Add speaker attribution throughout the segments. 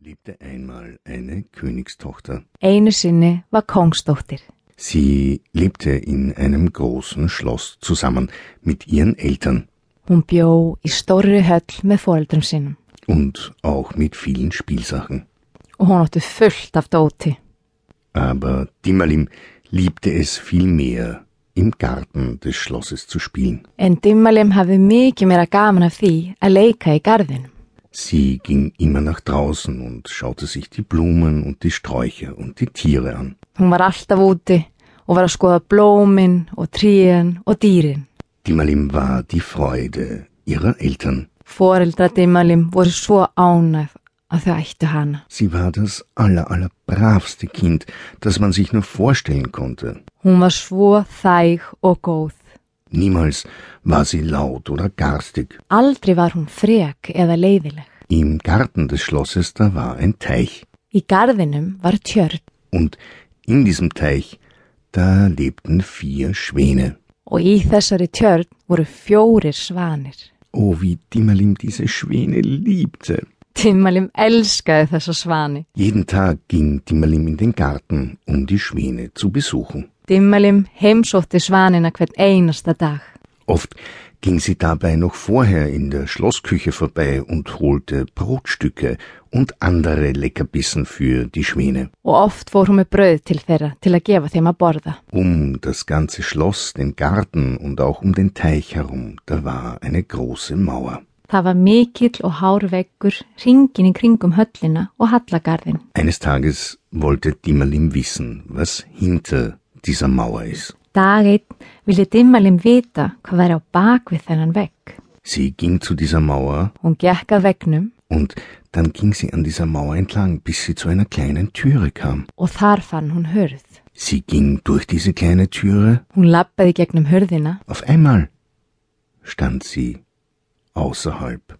Speaker 1: lebte einmal eine Königstochter.
Speaker 2: Einu sinni war Kongsdóttir.
Speaker 1: Sie lebte in einem großen Schloss zusammen mit ihren Eltern
Speaker 2: Hún bjó í stórri höll með foreldrum sínum
Speaker 1: und auch mit vielen Spielsachen.
Speaker 2: og hún átti fullt af dóti.
Speaker 1: Aber Dimmerlim liebte es viel mehr, im Garten des Schlosses zu spielen.
Speaker 2: En Dimmalim hafði mikið meira gaman af því að leika í garðinum.
Speaker 1: Sie ging immer nach draußen und schaute sich die Blumen und die Sträucher und die Tiere an.
Speaker 2: Hún var alltaf úti og var að skoða blómin og tríin og dýrin.
Speaker 1: Dimmerlim war die Freude ihrer Eltern.
Speaker 2: Foreldra Dimmalim voru svo ánæf að þau ættu hana.
Speaker 1: Sie war das aller, aller bravste Kind, das man sich nur vorstellen konnte.
Speaker 2: Hún var svo þæg og góð.
Speaker 1: Niemals war sie laut oder garstig.
Speaker 2: Aldrei var hún frek eða leiðileg.
Speaker 1: Im Garten des Schlosses da war ein Teich.
Speaker 2: Í garðinum var tjörn
Speaker 1: Und in diesem Teich, da lebten vier Schwäne.
Speaker 2: og í þessari tjörn voru fjórir svanir.
Speaker 1: Oh, wie Dimmerlim diese Schwäne liebte.
Speaker 2: Dimmalim elskaði þessa svani.
Speaker 1: Jeden Tag ging Dimmerlim in den Garten, um die Schwäne zu besuchen.
Speaker 2: Dimmalim heimsótti svanina hvern einasta dag.
Speaker 1: Oft ging sie dabei noch vorher in der Schlossküche vorbei und holte Brotstücke und andere Leckerbissen für die Schwäne.
Speaker 2: og oft fór hún með brauð til þeirra til að gefa þeim að borða.
Speaker 1: Um das ganze Schloss, den Garten und auch um den Teich herum, da war eine große Mauer.
Speaker 2: Það var mikill og hárveggur ringin í kringum höllina og hallagarðin.
Speaker 1: Eines Tages wollte Dimmerlim wissen, was hinter dieser Mauer ist.
Speaker 2: Dag einn vilja Dimmalim vita hvað væri á bakvið þennan vegg.
Speaker 1: Sie ging zu dieser Mauer
Speaker 2: Hún gekk að veggnum
Speaker 1: und dann ging sie an dieser Mauer entlang, bis sie zu einer kleinen Türe kam.
Speaker 2: og þar fann hún hörð.
Speaker 1: Sie ging durch diese kleine Türe.
Speaker 2: Hún lappaði gegnum hörðina
Speaker 1: Auf einmal stand sie außerhalb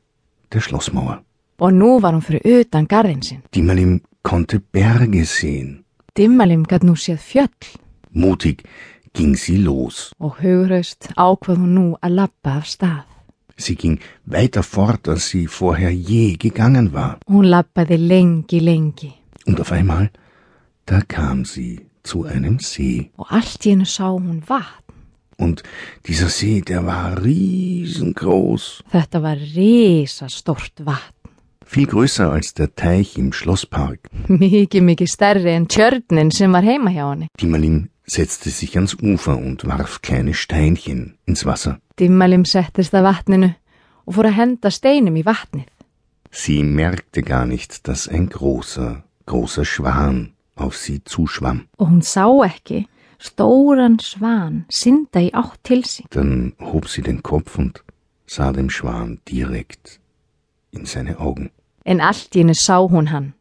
Speaker 1: der Schlossmauer.
Speaker 2: og nú var hún fyrir utan garðin sinn.
Speaker 1: Dimmerlim konnte Berge sehen.
Speaker 2: Dimmalim gætt nú séð fjöll
Speaker 1: Mutig ging sie los.
Speaker 2: og hugraust ákvað hún nú að lappa af stað.
Speaker 1: Sie ging weiter fort, als sie vorher je gegangen war.
Speaker 2: Hún lappaði lengi, lengi
Speaker 1: Und auf einmal, da kam sie zu einem See.
Speaker 2: og allt í hennu sá hún vatn.
Speaker 1: Und dieser See, der war riesengroß.
Speaker 2: Þetta var risastórt vatn,
Speaker 1: Viel größer als der Teich im Schlosspark.
Speaker 2: mikið, mikið stærri en tjörnin sem var heima hjá henni.
Speaker 1: Timmerlin setzte sich ans Ufer und warf kleine Steinchen ins Wasser.
Speaker 2: Dimmalim settist að vatninu og fór að henda steinum í vatnið.
Speaker 1: Sie merkte gar nicht, dass ein großer, großer Schwan auf sie zuschwamm.
Speaker 2: Og hún sá ekki stóran svan synda í átt til sín.
Speaker 1: Dann hob sie den Kopf und sah dem Schwan direkt in seine Augen.
Speaker 2: En allt í henni sá hún hann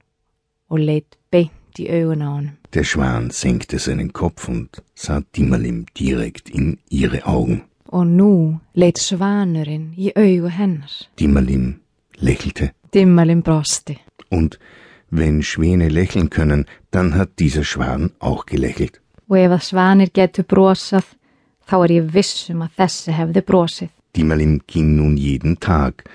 Speaker 2: og leitt beint í augun á honum.
Speaker 1: Der Schwan senkte seinen Kopf und sah Dimmerlim direkt in ihre Augen.
Speaker 2: Og nú leitt svanurinn í augu hennar.
Speaker 1: Dimmerlim lächelte.
Speaker 2: Dimmalim brosti.
Speaker 1: Und wenn Schwäne lächeln können, dann hat dieser Schwan auch gelächelt.
Speaker 2: Og ef að svanir getur brosað, þá er ég vissum að þessi hefði brosið.
Speaker 1: Dimmerlim ging nun jeden Tag,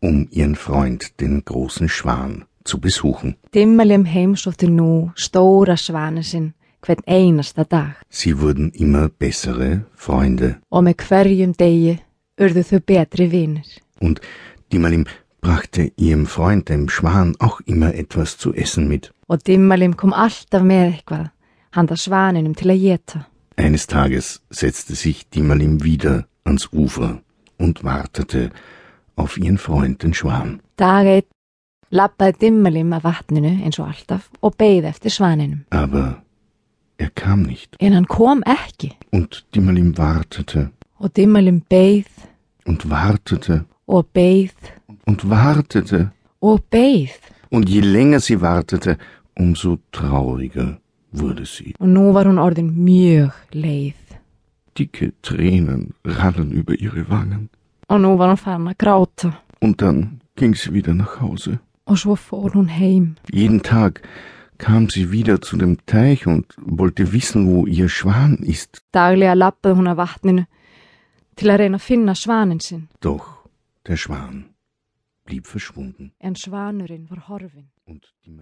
Speaker 1: um ihren Freund, den großen Schwan, zu besuchen.
Speaker 2: Dimmalim heimsótti nú stóra svanin sinn hvern einasta dag
Speaker 1: Sie wurden immer bessere Freunde.
Speaker 2: og með hverjum degi urðu þau betri vinir.
Speaker 1: Und Dimmerlim brachte ihrem Freund, dem Schwan, auch immer etwas zu essen mit.
Speaker 2: Og Dimmalim kom alltaf með eitthvað, handa svaninum til að geta.
Speaker 1: Eines Tages setzte sich Dimmerlim wieder ans Ufer und wartete auf ihren Freund, den Schwan.
Speaker 2: Dag einn lappaði Dimmalim að vatninu eins og alltaf og beigði eftir svaninum.
Speaker 1: Aber er kam nicht.
Speaker 2: En hann kom ekki
Speaker 1: Und Dimmerlim wartete
Speaker 2: og Dimmalim beigð
Speaker 1: und wartete
Speaker 2: og beigð
Speaker 1: und wartete.
Speaker 2: og beigð.
Speaker 1: Und je länger sie wartete, umso trauriger wurde sie.
Speaker 2: Og nú var hún orðin mjög leið
Speaker 1: Dicke Tränen rannen über ihre Wangen.
Speaker 2: og nú var hún farin að gráta
Speaker 1: Und dann ging sie wieder nach Hause.
Speaker 2: og svo fór hún heim.
Speaker 1: Jeden Tag kam sie wieder zu dem Teich und wollte wissen, wo ihr Schwan ist.
Speaker 2: Daglega lappaði hún að vatninu til að reyna að finna svanin sinn,
Speaker 1: Doch der Schwan blieb verschwunden.
Speaker 2: en svanurinn var horfinn.
Speaker 1: Und die Mal-